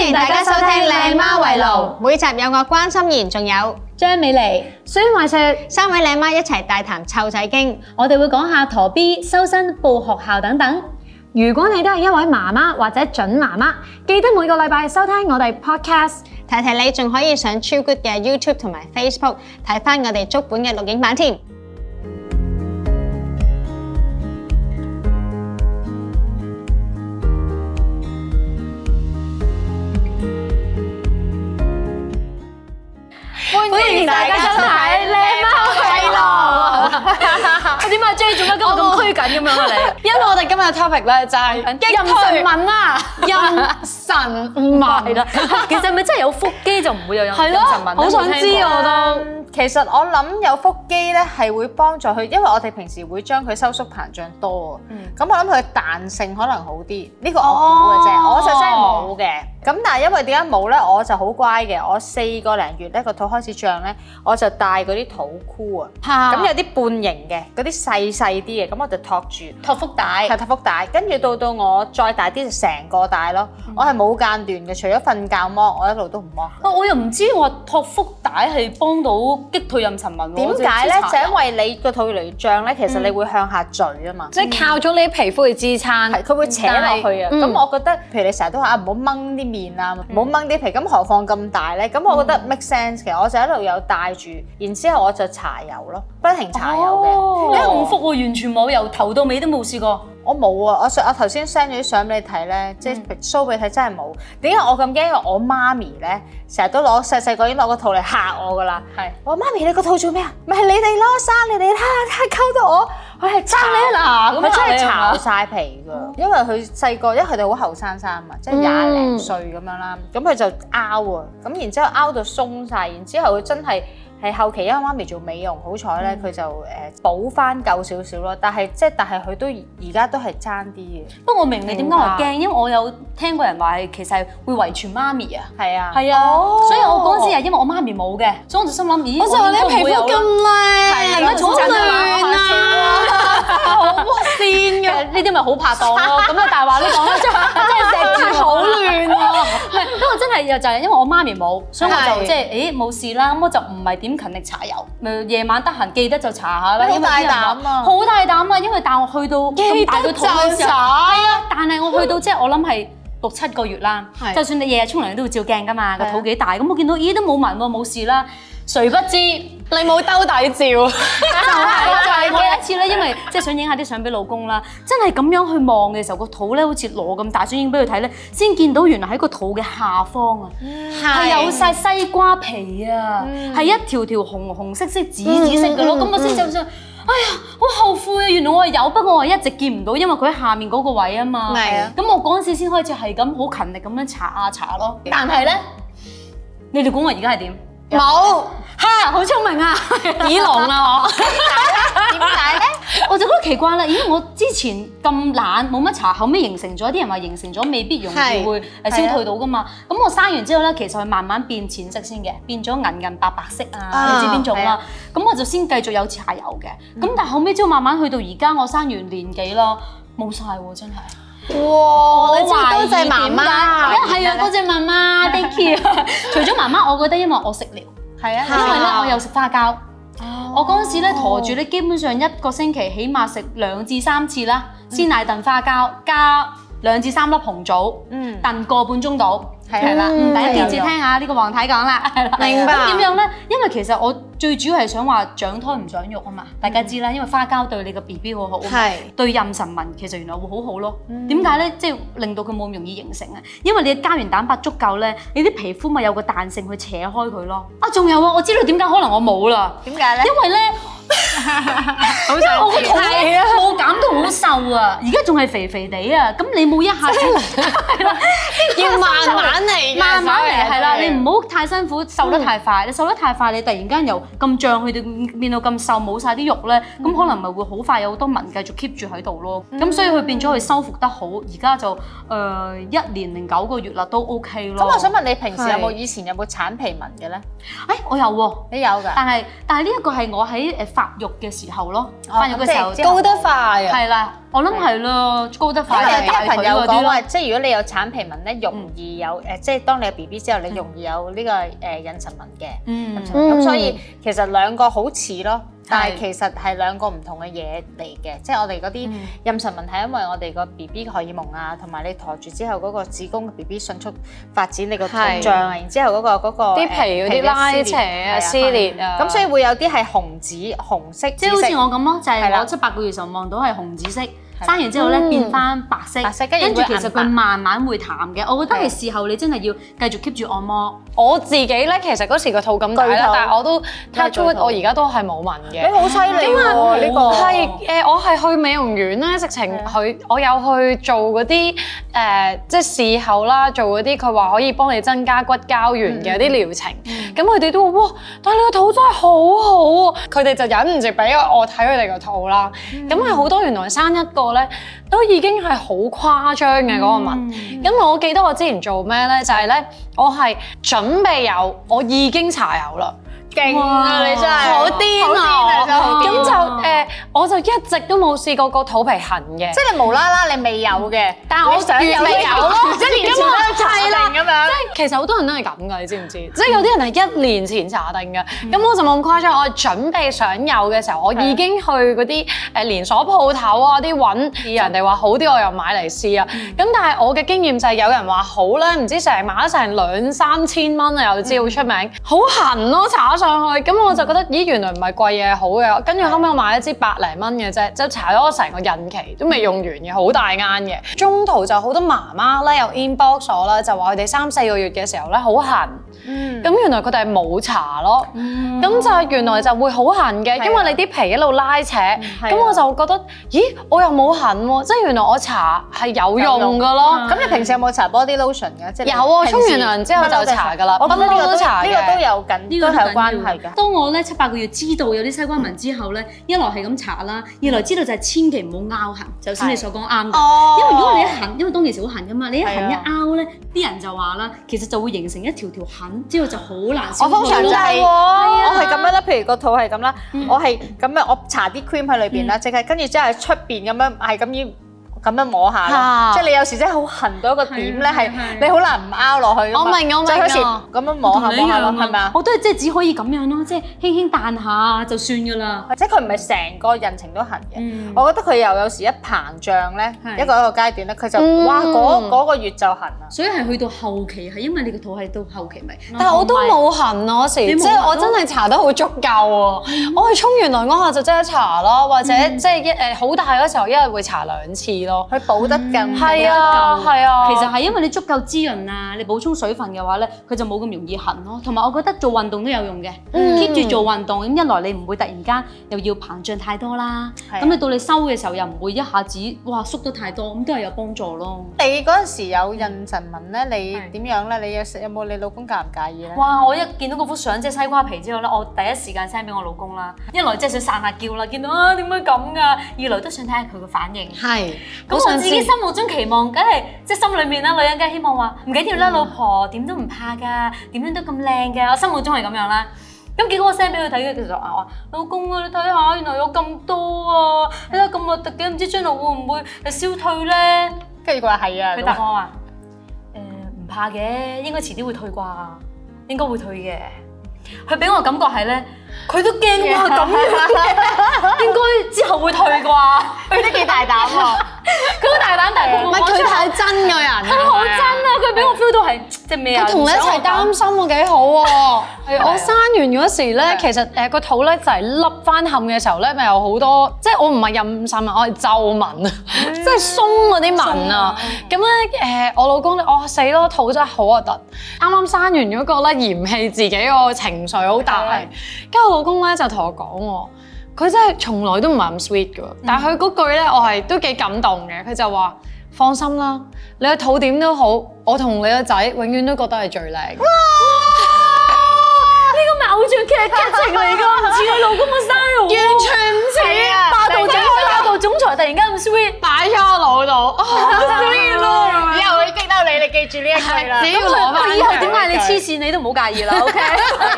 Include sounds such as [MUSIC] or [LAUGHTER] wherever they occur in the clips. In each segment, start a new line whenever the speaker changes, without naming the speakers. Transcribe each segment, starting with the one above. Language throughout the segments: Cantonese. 迎大家收聽《靚媽圍爐》，
每集有我關心妍，仲有
張美妮、
孫慧雪，
三位靚媽一齊大談湊仔經。
我哋會講下陀 B、修身、報學校等等。
如果你都係一位媽媽或者準媽媽，記得每個禮拜收聽我哋 podcast。
提提你仲可以上超 good 嘅 YouTube 同埋 Facebook 睇翻我哋足本嘅錄影版添。
歡迎大家收睇《靚媽睇路》。點解 J 做乜今日咁拘謹咁樣啊你？
因為我哋今日嘅 topic 咧就係
任
推
神文啊，
任神 [LAUGHS] 文
係啦， [LAUGHS] 其實係咪真係有腹肌就唔會有任
係咯
任神文？
好想知啊我都
都。
其實我諗有腹肌咧係會幫助佢，因為我哋平時會將佢收縮膨脹多啊。咁、我諗佢彈性可能好啲，呢、個我估嘅啫，
哦
我就真係冇嘅。咁但係因為點解冇咧？我就好乖嘅，我四個零月咧個肚開始脹咧，我就戴嗰啲肚箍啊。咁、有啲半形嘅，嗰啲細細啲嘅，咁我就托住。
托福帶
係塔福帶，跟住到到我再大啲就成個帶咯。我係冇間斷嘅，除咗瞓覺剝，我一路都唔剝。
哦我我又唔知話托腹帶係幫到擊退任神文喎。
點解咧？
我真係
就因為你個肚越嚟越脹咧，其實你會向下墜啊嘛。
即係靠咗你皮膚去支撐
係，佢會扯落去啊！
但係
咁我覺得，譬如你成日都話啊，唔好掹啲面啊，唔好掹啲皮，咁何況咁大咧？咁我覺得 make sense 嘅，我就一路有戴住，然之後我就搽油咯，不停
哦
搽油
你
嘅。因為
幸
我
福喎，完全冇，由頭到尾都冇試過。
我冇啊！我上我頭先 send 咗啲相俾你睇咧，即係 show 俾你睇真係冇。點解我咁驚？因為我媽咪咧成日都攞細細個已經攞個套嚟嚇我噶啦。
係。
我話媽咪你個套做咩啊？咪係你哋咯，生你哋啦，睇溝到我，佢係撐你
嗱
啊
佢真係巢晒皮㗎，因為佢細個，因為佢哋好後生生嘛，即係廿零歲咁樣啦，咁佢就拗啊，咁然之後拗到鬆晒，然之後佢真係係後期因為媽咪做美容，好彩咧佢就誒補翻夠少少咯，但係即係但係佢都而家都係爭啲嘅，
不過我明你點解我驚，因為我有聽過人話係其實係會遺傳媽咪啊。
係啊，
係啊，所以我嗰陣時係因為我媽咪冇嘅，所以我就心諗，咦，
哦我就話你皮膚咁
係
靚，
啊
好嫩啊！
哇線嘅，呢啲咪好拍檔咯。咁啊大話你講得出，真
[LAUGHS]
係成件 [LAUGHS] 好亂喎。唔係，不過真係又就係因為我媽咪冇，所以我就
à. 係
即係，誒冇事啦。咁我就唔係點勤力搽油，咪夜晚得閒記得就搽下啦。
你好
因為啲人話
大膽啊
好大膽啊！因為但我去到咁大個肚嘅時候，係啊，但係我去到即係我諗係。六七個月啦，
係
就算你日日沖涼你都會照鏡噶嘛，個
係啊
肚幾大咁，我見到咦都冇紋喎，冇事啦。誰不知
你冇兜底照，
就係就係我有一次咧，因為即係想影下啲相俾老公啦，真係咁樣去望嘅時候，個肚咧好似攞咁大，想影俾佢睇咧，先見到原來喺個肚嘅下方啊，係有晒西瓜皮啊，係一條條紅紅色色、紫紫色嘅咯，咁我先至想。哎呀，好後悔啊！原來我係有，不過我係一直見唔到，因為佢喺下面嗰個位啊嘛。
係啊
咁我嗰陣時先開始係咁好勤力咁樣搽啊搽咯。
但係咧，
你哋估我而家係點？
冇
嚇，好聰明啊！
耳聾
[LAUGHS]
啦我，點解咧？
我就覺得奇怪啦，咦！我之前咁懶冇乜搽，後尾形成咗，啲人話形成咗未必容易
係啊
會誒消退到噶嘛。咁我生完之後咧，其實佢慢慢變淺色先嘅，變咗銀銀白白色啊，
啊
你知邊種
係
啦
啊。嗯
咁我就先繼續有搽油嘅。咁但係後尾之後慢慢去到而家，我生完年幾啦，冇晒喎，真係。啊
哇！你
懷疑
真係啊多謝媽媽，
點解係啊，多謝媽
[LAUGHS]
媽，thank you。除咗媽媽，我覺得因為我食療。
係啊，哦
因為咧我又食花膠。我嗰陣時咧陀住咧，基本上一個星期起碼食兩至三次啦，鮮奶燉花膠加兩至三粒紅棗，
嗯
燉個半鐘到，
係
係啦。
嗯
嗯第一件事
有用
聽下呢個黃太講啦，係啦。
明白
咁點樣咧？因為其實我最主要係想話長胎唔長肉啊嘛，大家
嗯
知啦，因為花膠對你個 B B 好好啊嘛。
係。
對妊娠紋其實原來會好好咯。點解咧？即係令到佢冇咁容易形成啊。因為你嘅膠原蛋白足夠咧，你啲皮膚咪有個彈性去扯開佢咯。啊，仲有啊，我知道點解可能我冇啦，
點解咧？
因為咧。
好
因為我個肚咧冇減到好瘦啊，而家仲係肥肥地啊，咁你冇一下子係啦，
[LAUGHS] 要慢慢嚟嘅，
慢慢嚟係啦，
所以
你唔好太辛苦，瘦得太快，你瘦得太快，你突然間由咁脹去到變到咁瘦，冇晒啲肉咧，咁可能咪會好快有好多紋繼續 keep 住喺度咯。咁所以佢變咗佢修復得好，而家就誒一年零九個月啦，都 OK 咯。
咁我想問你平時有冇
係
以前有冇剷皮紋嘅咧？
誒我有喎。
你有㗎？
但係但係呢一個係我喺誒發育嘅時候咯，
哦
發育嘅時候
咁即係高
得
得快啊！
係啦，我諗係咯，高得快
因為
嘅
有
大
啲
腿
朋友
嗰啲
講話，
咯。
即係如果你有產皮紋咧，容易有誒，即係當你有 B B 之後，你容易有呢個誒妊娠紋嘅。
嗯，
咁
嗯
所以其實兩個好似咯，但
係
係其實係兩個唔同嘅嘢嚟嘅，即係我哋嗰啲
嗯
妊娠紋係因為我哋個 B B 荷爾蒙啊，同埋你陀住之後嗰個子宮嘅 B B 迅速發展，你個
係
膨脹啊，然之後嗰個嗰個誒
啲皮嗰啲
嘅
拉
撕裂
扯啊、
Dạ,
係
撕裂啊，
咁所以會有啲係紅紫紅色，
即係好
紫
似
色
我咁咯，就
係
係
啦嗯
我七八個月時候望到係紅紫色，生完之後咧變翻白色
白色，跟住
跟住其
會
實
銀白
佢慢慢會淡嘅。我覺得係
係
事後你真係要繼續 keep 住按摩，
我自己咧，其實嗰時個肚咁大
巨
啦
肚，
但係我都 touch
巨
wood，
肚
我而家都係冇紋嘅。
你哎好犀利
啊
喎呢個。
係誒、啊我係去美容院啦，直情去，我有去做嗰啲誒，即係事後啦，做嗰啲佢話可以幫你增加骨膠原嘅啲療程。咁佢哋都話：哇！但係你個肚真係好好、啊、佢哋就忍唔住俾我睇佢哋個肚啦。咁係好多原來生一個咧，都已經係好誇張嘅嗰、
嗯
個紋。咁、我記得我之前做咩咧，就係、咧，我係準備有，我已經搽有啦。勁
哇
啊！你真係
好
癲
啊真係好
咁
癲
就誒，我就一直都冇試過個肚皮痕嘅。
即係你無啦啦你未有嘅，
但係我
你想有
越未有咯
一年前都
係啦
查定咁樣。
即係其實好多人都係咁㗎，你知唔知？
嗯
即係有啲人係一年前查定㗎，咁我就冇咁誇張。我係準備想有嘅時候，我已經去嗰啲誒連鎖鋪頭啊啲揾，人哋話好啲，我又買嚟試啊。咁但係我嘅經驗就係有人話好咧，唔知成碼成兩三千蚊啊，有招出名，好痕咯，搽上去。咁我就覺得咦，原來唔係貴嘢好嘅。跟住後尾我買一支百零蚊嘅啫，就搽咗我成個孕期都未用完嘅，好大間嘅。中途就好多媽媽咧有 inbox 我啦，就話佢哋三四個月嘅時候咧好痕。
嗯
咁原來佢哋係冇搽咯，咁、就原來就會好痕嘅，因為你啲皮一路拉扯，
嗯啊
咁我就覺得，咦，我又冇痕喎，即係原來我搽係有用噶咯。
啊咁你平時有冇搽 body lotion 嘅？即係你
有啊
平時
沖完涼之後就搽㗎啦
我覺得呢個
不嬲都搽嘅
呢個都有緊，
呢
都
個都
係
緊
有關
要
係
嘅。
㗎。
當我咧七八個月知道有啲西瓜紋之後咧，一來係咁搽啦，
嗯
二來知道就係千祈唔好拗痕，就先你所講啱嘅。因為如果你一痕，因為當其時好痕噶嘛，你一痕一
哦係啊
拗咧，啲人就話啦，其實就會形成一條條痕，之後就好難消
我通常就
咯
係我係咁樣啦，譬如個肚係咁啦，我係咁樣，我搽啲 cream 喺裏邊啦，即係跟住之後喺出邊咁樣係咁要。咁樣摸下
啊
咯，即係你有時真係好痕到一個
啊
點咧，係你好難唔拗落去㗎嘛。
我明我明
就有時
啊
咁樣摸下
同你一
摸下
樣
咯，係咪啊
啊？？我都係即係只可以咁樣咯，即係輕輕彈下就算噶啦。
或者佢唔係成個人情都痕嘅。
嗯
我覺得佢又有時一膨脹咧，
係
一個一個階段咧，佢就、
嗯
哇嗰嗰個月就痕啦。
所以係去到後期係因為你個肚係到後期咪，
但係我都冇痕啊嗰時，
你冇痕
即係我真係搽得好足夠喎。我係啊嗯沖完涼嗰下就即刻搽咯，或者即係一誒好大嗰時候一日會搽兩次咯。
佢補得更
係啊，係啊，
其實係因為你足夠滋潤啊，你補充水分嘅話咧，佢就冇咁容易痕咯。同埋我覺得做運動都有用嘅，keep 住做運動，咁一來你唔會突然間又要膨脹太多啦，
係啊
咁你到你收嘅時候又唔會一下子哇縮得太多，咁都係有幫助咯。
你嗰陣時有妊娠紋咧，
係
你點樣咧？你有有冇你老公介唔介意咧？
哇！我一見到嗰幅相即係西瓜皮之後咧，我第一時間 send 俾我老公啦。一來即係想散下叫啦，見到啊點解咁噶？二來都想睇下佢嘅反應。
係
咁我自己心目中期望，梗係即係心裏面啦，女人梗係希望話唔緊要啦，老婆點都唔怕㗎，點樣都咁靚㗎。我心目中係咁樣啦。咁結果我 send 俾佢睇嘅時候，啊我話老公啊，你睇下原來有咁多啊，你睇下咁核突嘅，唔知將來會唔會誒消退咧？
跟住佢話係啊，
佢答我話：誒呃唔怕嘅，應該遲啲會退啩，應該會退嘅。佢俾我感覺係
[LAUGHS]
咧，佢都驚哇咁樣嘅，應該之後會退
[LAUGHS]
啩。
佢都幾大 [LAUGHS] 膽喎。
佢好大膽，但係佢
唔
冇
係
講
佢
出
太真嘅人，
佢好真啊！佢俾我 feel 到係即係咩啊？
佢同你一齊擔心我啊幾好喎、我生完嗰時咧，其實誒個肚咧就係凹翻冚嘅時候咧，咪有好多，即係我唔係妊娠紋，我係皺紋啊， [LAUGHS] 即係鬆嗰啲紋啊。咁咧誒，我老公咧，我死咯，肚真係好核突。啱啱生完嗰個咧，嫌棄自己個情緒好大，跟住我老公咧就同我講喎。佢真係從來都唔係咁 sweet 嘅喎，但係佢嗰句咧，我係都幾感動嘅。佢就話：放心啦，你個肚點都好，我同你個仔永遠都覺得係最靚。
呢個咪偶像劇劇情
[LAUGHS]
嚟㗎，唔似佢老公嘅 style 喎。
全唔似啊！
霸道總霸道總裁突然間咁 sweet，
啊擺咗我腦度，哦好 sweet 咯！
以後佢激嬲你，你哋記住呢一句啦。
只要攞
我
翻
以後點嗌你黐線你都唔好介意啦，OK？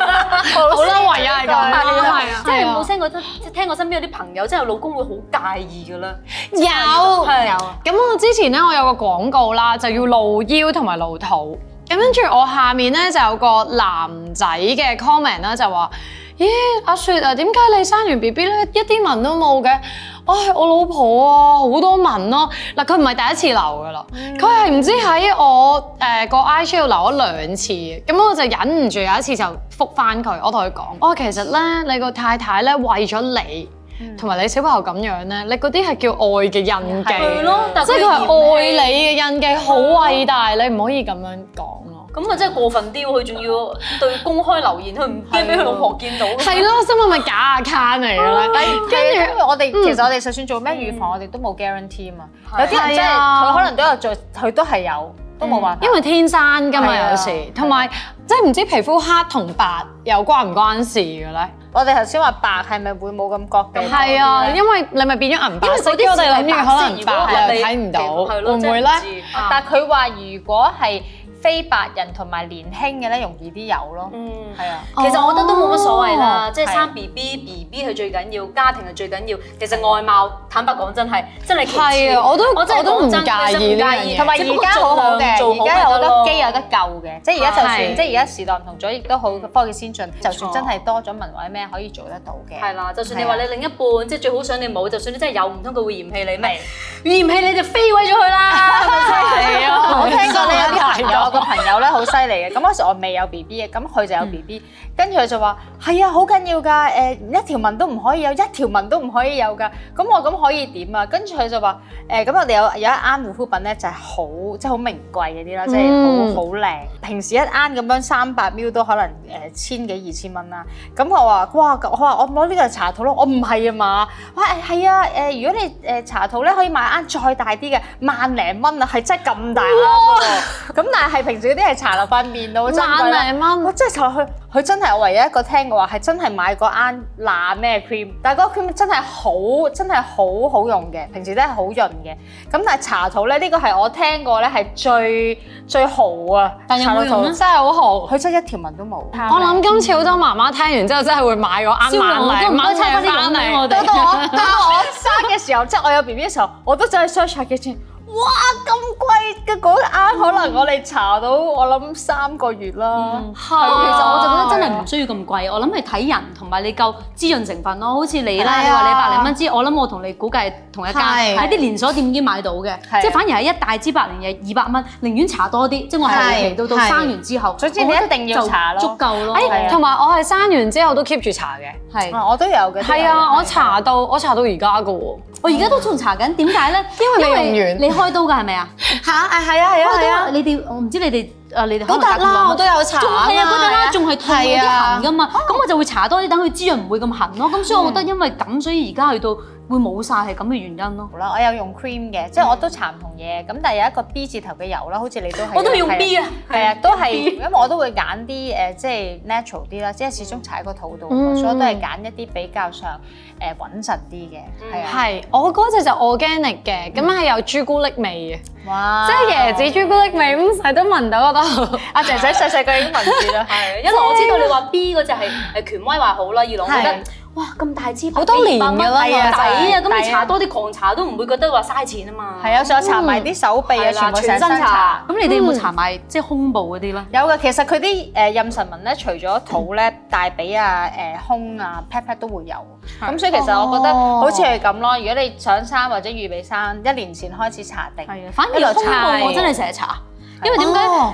[LAUGHS] 好啦，唯有係咁啦，係
[LAUGHS]
啊
即係有冇聽過，即係聽我身邊有啲朋友，真係老公會好介意㗎啦。
有。
係有啊，
咁我之前咧，我有個廣告啦，就要露腰同埋露肚。咁跟住我下面咧就有個男仔嘅 comment 啦，就話：咦，阿雪啊，點解你生完 B B 咧一啲紋都冇嘅？唉，我老婆啊，好多紋咯、嗱，佢唔係第一次留噶啦，
嗯
佢係唔知喺我誒個 IG 度留咗兩次嘅。咁我就忍唔住有一次就覆翻佢，我同佢講：我其實咧，你個太太咧為咗你。
嗯
同埋你小朋友咁樣咧，你嗰啲係叫愛嘅印記，
係咯但係
即係佢
佢
係愛你嘅印記，好偉大，你唔可以咁樣講咯。
咁啊真係過分啲喎，佢仲要對公開留言，佢唔驚俾佢老婆見到。
係咯，心諗咪假啊 account 嚟㗎啦，
[LAUGHS] 係啊
哦跟
因
住。
為我哋其實我哋就算做咩預防，我哋都冇 guarantee 啊嘛。有啲人真係
係啊
佢可能都有做，佢都係有，都冇話。
因為天生㗎嘛，
係啊
有時同埋即係唔知皮膚黑同白又關唔關事嘅咧？
我哋頭先話白係咪會冇咁覺地？
係啊，因為你咪變咗銀白色，
因為嗰啲
我哋諗
字係
住
白色
可能白又睇唔到，
係
會
咯
唔
真係
會
唔
咧？
知
但係佢話如果係非白人同埋年輕嘅咧，容易啲有咯。
嗯。
係啊，
其實我覺得都冇乜所謂啦，
哦
即係
係
生 B B B B 係最緊要，家庭係最緊要。其實外貌坦白講真係真係其次
係啊我都
真係
我都
講
唔
真
介
其實
意
唔
呢樣
介
嘢
同埋
只不
而
過
家好好
盡量做
嘅，
好
而家有
咪咯
得機有得救嘅，即係而家就算
係
即係而家時代唔同咗，亦都好科技先進，就算
冇錯
真係多咗文或者咩可以做得到嘅。
係啦，就算你
係啊
話你另一半，即係最好想你冇，就算你真係有，唔通佢會嫌棄你咩？嫌棄你就飛鬼咗 [LAUGHS] 佢啦，
係啊
我聽過咧有啲朋友，嗯我個朋友咧好犀利嘅。咁嗰時我未有 B B 嘅，咁佢就有 B B，跟住佢就話：係啊，好緊要㗎，誒、一條紋都唔可以有，一條紋都唔可以有㗎。咁我咁可以點啊？跟住佢就話：誒、咁我哋有有一啱護膚品咧，就係好即係好名貴嗰啲啦，即係好
嗯
好靚。平時一啱咁樣三百 ml 都可能誒、千幾二千蚊啦。咁我話：哇！我話我攞呢個嚟搽肚咯，我唔係啊嘛。哇誒係啊誒、如果你誒搽肚咧，可以買啱再大啲嘅萬零蚊啊，係真係咁大啱嘅喎。咁但係平時嗰啲係搽落塊面度，真貴啦
萬零蚊
我真係搽落去，佢真係我唯一一個聽過話係真係買過啱嗱咩 cream，但係嗰個 cream 真係好真係好好用嘅，平時都係好潤嘅。咁但係搽肚咧，呢、個係我聽過咧係最最豪啊！
但有冇
搽到
用
肚
咧？真係好好。
佢真係一條紋都冇。
我諗今次好多媽媽聽完之後，真係會買個啱萬零蚊嘅翻嚟。
到到我到我生嘅時候，即係我有 B B 嘅時候，我都走去 search 下幾錢。哇！咁貴嘅嗰啱，可能我哋查到我諗三個月啦。
係啊
其實我就覺得真係唔需要咁貴，我諗係睇人同埋你夠滋潤成分咯。好似你啦，
係啊
你話你百零蚊支，我諗我同你估計係同一間
係
喺啲連鎖店已經買到嘅
係啊，
即係反而係一大支百零嘢二百蚊，寧願搽多啲。即係我後期到到
係
生完之後，
總之你一定要搽咯
就足夠咯。啊
誒，同埋哦我係啊生完之後都 keep 住搽嘅。
係
啊，我都有嘅。
哎係啊，我搽到我搽到而家嘅喎。
我而家都仲搽緊，點解咧？
因為你用完
你開刀㗎係咪啊？
嚇啊，係啊係
我覺得你哋我唔知你哋誒你哋
嗰笪啦，我都有搽
仲係啊，嗰笪啦，仲係痛有
係
啲
啊
痕。噶嘛，咁我就會搽多啲，等佢滋潤唔會咁痕咯。咁所以我覺得因為咁，所以而家去到會冇晒係咁嘅原因咯。
啦，我有用 cream 嘅，即係我都搽唔同嘢。咁但係有一個 B 字頭嘅油啦，好似你都係。
我都用 B 啊
係啊，都係，因為我都會揀啲誒，即係 natural 啲啦，即係始終搽喺個肚度，
嗯
所以我都係揀一啲比較上誒穩陣啲嘅。係啊，
係，我嗰只就 organic 嘅，咁係有朱古力味嘅，
哇
即係椰子朱古力味，咁成日都聞到嗰 [LAUGHS] 度。
阿姐 [LAUGHS] 仔細細個已經聞住啦。
因為我知道你話 B 嗰只係誒權威話好啦，二郎覺得
係
哇咁大支
好多年㗎啦
抵
係
啊！
啊
抵啊！
真係
咁你
抵啊
搽多啲狂搽都唔會覺得話嘥錢啊嘛。
[LAUGHS] 係啊，仲有搽埋啲手臂啊，
係啦，
全部
全
成
身
身
搽嗯
搽。。
咁你哋有冇搽埋即係胸部嗰啲咧？
有嘅，其實佢啲誒妊娠紋咧，除咗肚咧、大髀啊、誒胸啊、pat pat 都會有。咁所以其實我覺得
哦
好似係咁咯。如果你想生或者預備生，一年前開始搽定。
係啊，反
一路
而胸
搽
部我真係成日搽，哦因為點解？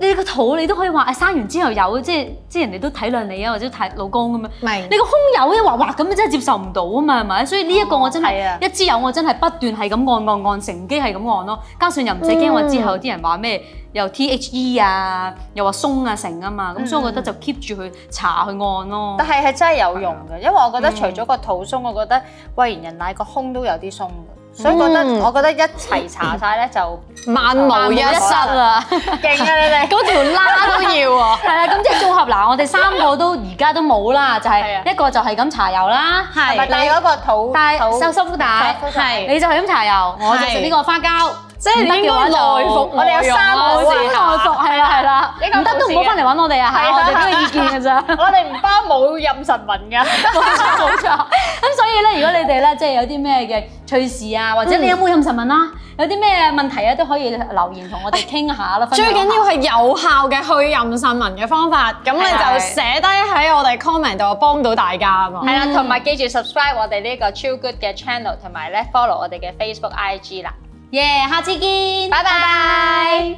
你個肚你都可以話誒哎生完之後有，即係即係人哋都體諒你啊，或者睇老公咁樣。
明
你個胸有一滑滑咁樣真係接受唔到啊嘛，係咪？所以呢一個我真
係啊
係一支有我真係不斷係咁按按按，乘機係咁按咯。加上又唔使驚
嗯
話之後啲人話咩又 THE 啊，又話鬆啊成啊嘛，咁所以
嗯
我覺得就 keep 住去搽去按咯。
但係係真係有啊用嘅，因為我覺得除咗個肚鬆，我覺得喂完人奶個胸都有啲鬆嘅，所以覺得
嗯
我覺得一齊搽晒咧 [LAUGHS] 就
萬無一失
[LAUGHS]
啊！
勁啊！你哋。 [LAUGHS]
嗰條拉都要啊！
係啦，咁即係組合嗱，我哋三個都而家都冇啦，就
係啊
係一個就係咁搽油啦，
係咪戴嗰個肚
戴
肚
收收腹帶
收腹，帶
係你就係咁搽油，我就食呢個花膠，
即係應該內服
我哋有三個
內
好似
內服係啦係啦。
你
唔得都唔好翻嚟揾我哋啊！
係
係
啊
我哋都有意見㗎咋。
我哋唔包冇任神文 [LAUGHS] 㗎。
冇錯冇錯。咁所以咧，如果你哋咧即係有啲咩嘅趣事啊，或者你有冇飲神文啦，有啲咩問題啊，都可以留言同我哋傾下啦。分
最
享下
緊要係有效嘅去任信文嘅方法，咁你就寫低喺我哋 comment 度，幫到大家啊嘛。
係啦，同埋記住 subscribe 我哋呢個超 good 嘅 channel，同埋咧 follow 我哋嘅 Facebook、IG 啦。
耶，下次見。
拜拜。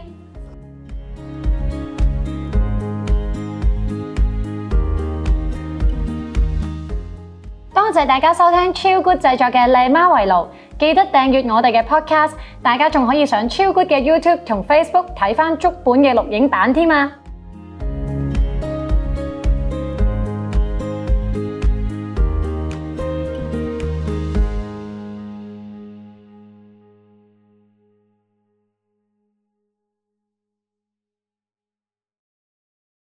多謝大家收聽超 good 製作嘅《麗媽圍爐》，記得訂閱我哋嘅 podcast，大家仲可以上超 good 嘅 YouTube 同 Facebook 睇翻足本嘅錄影版添啊！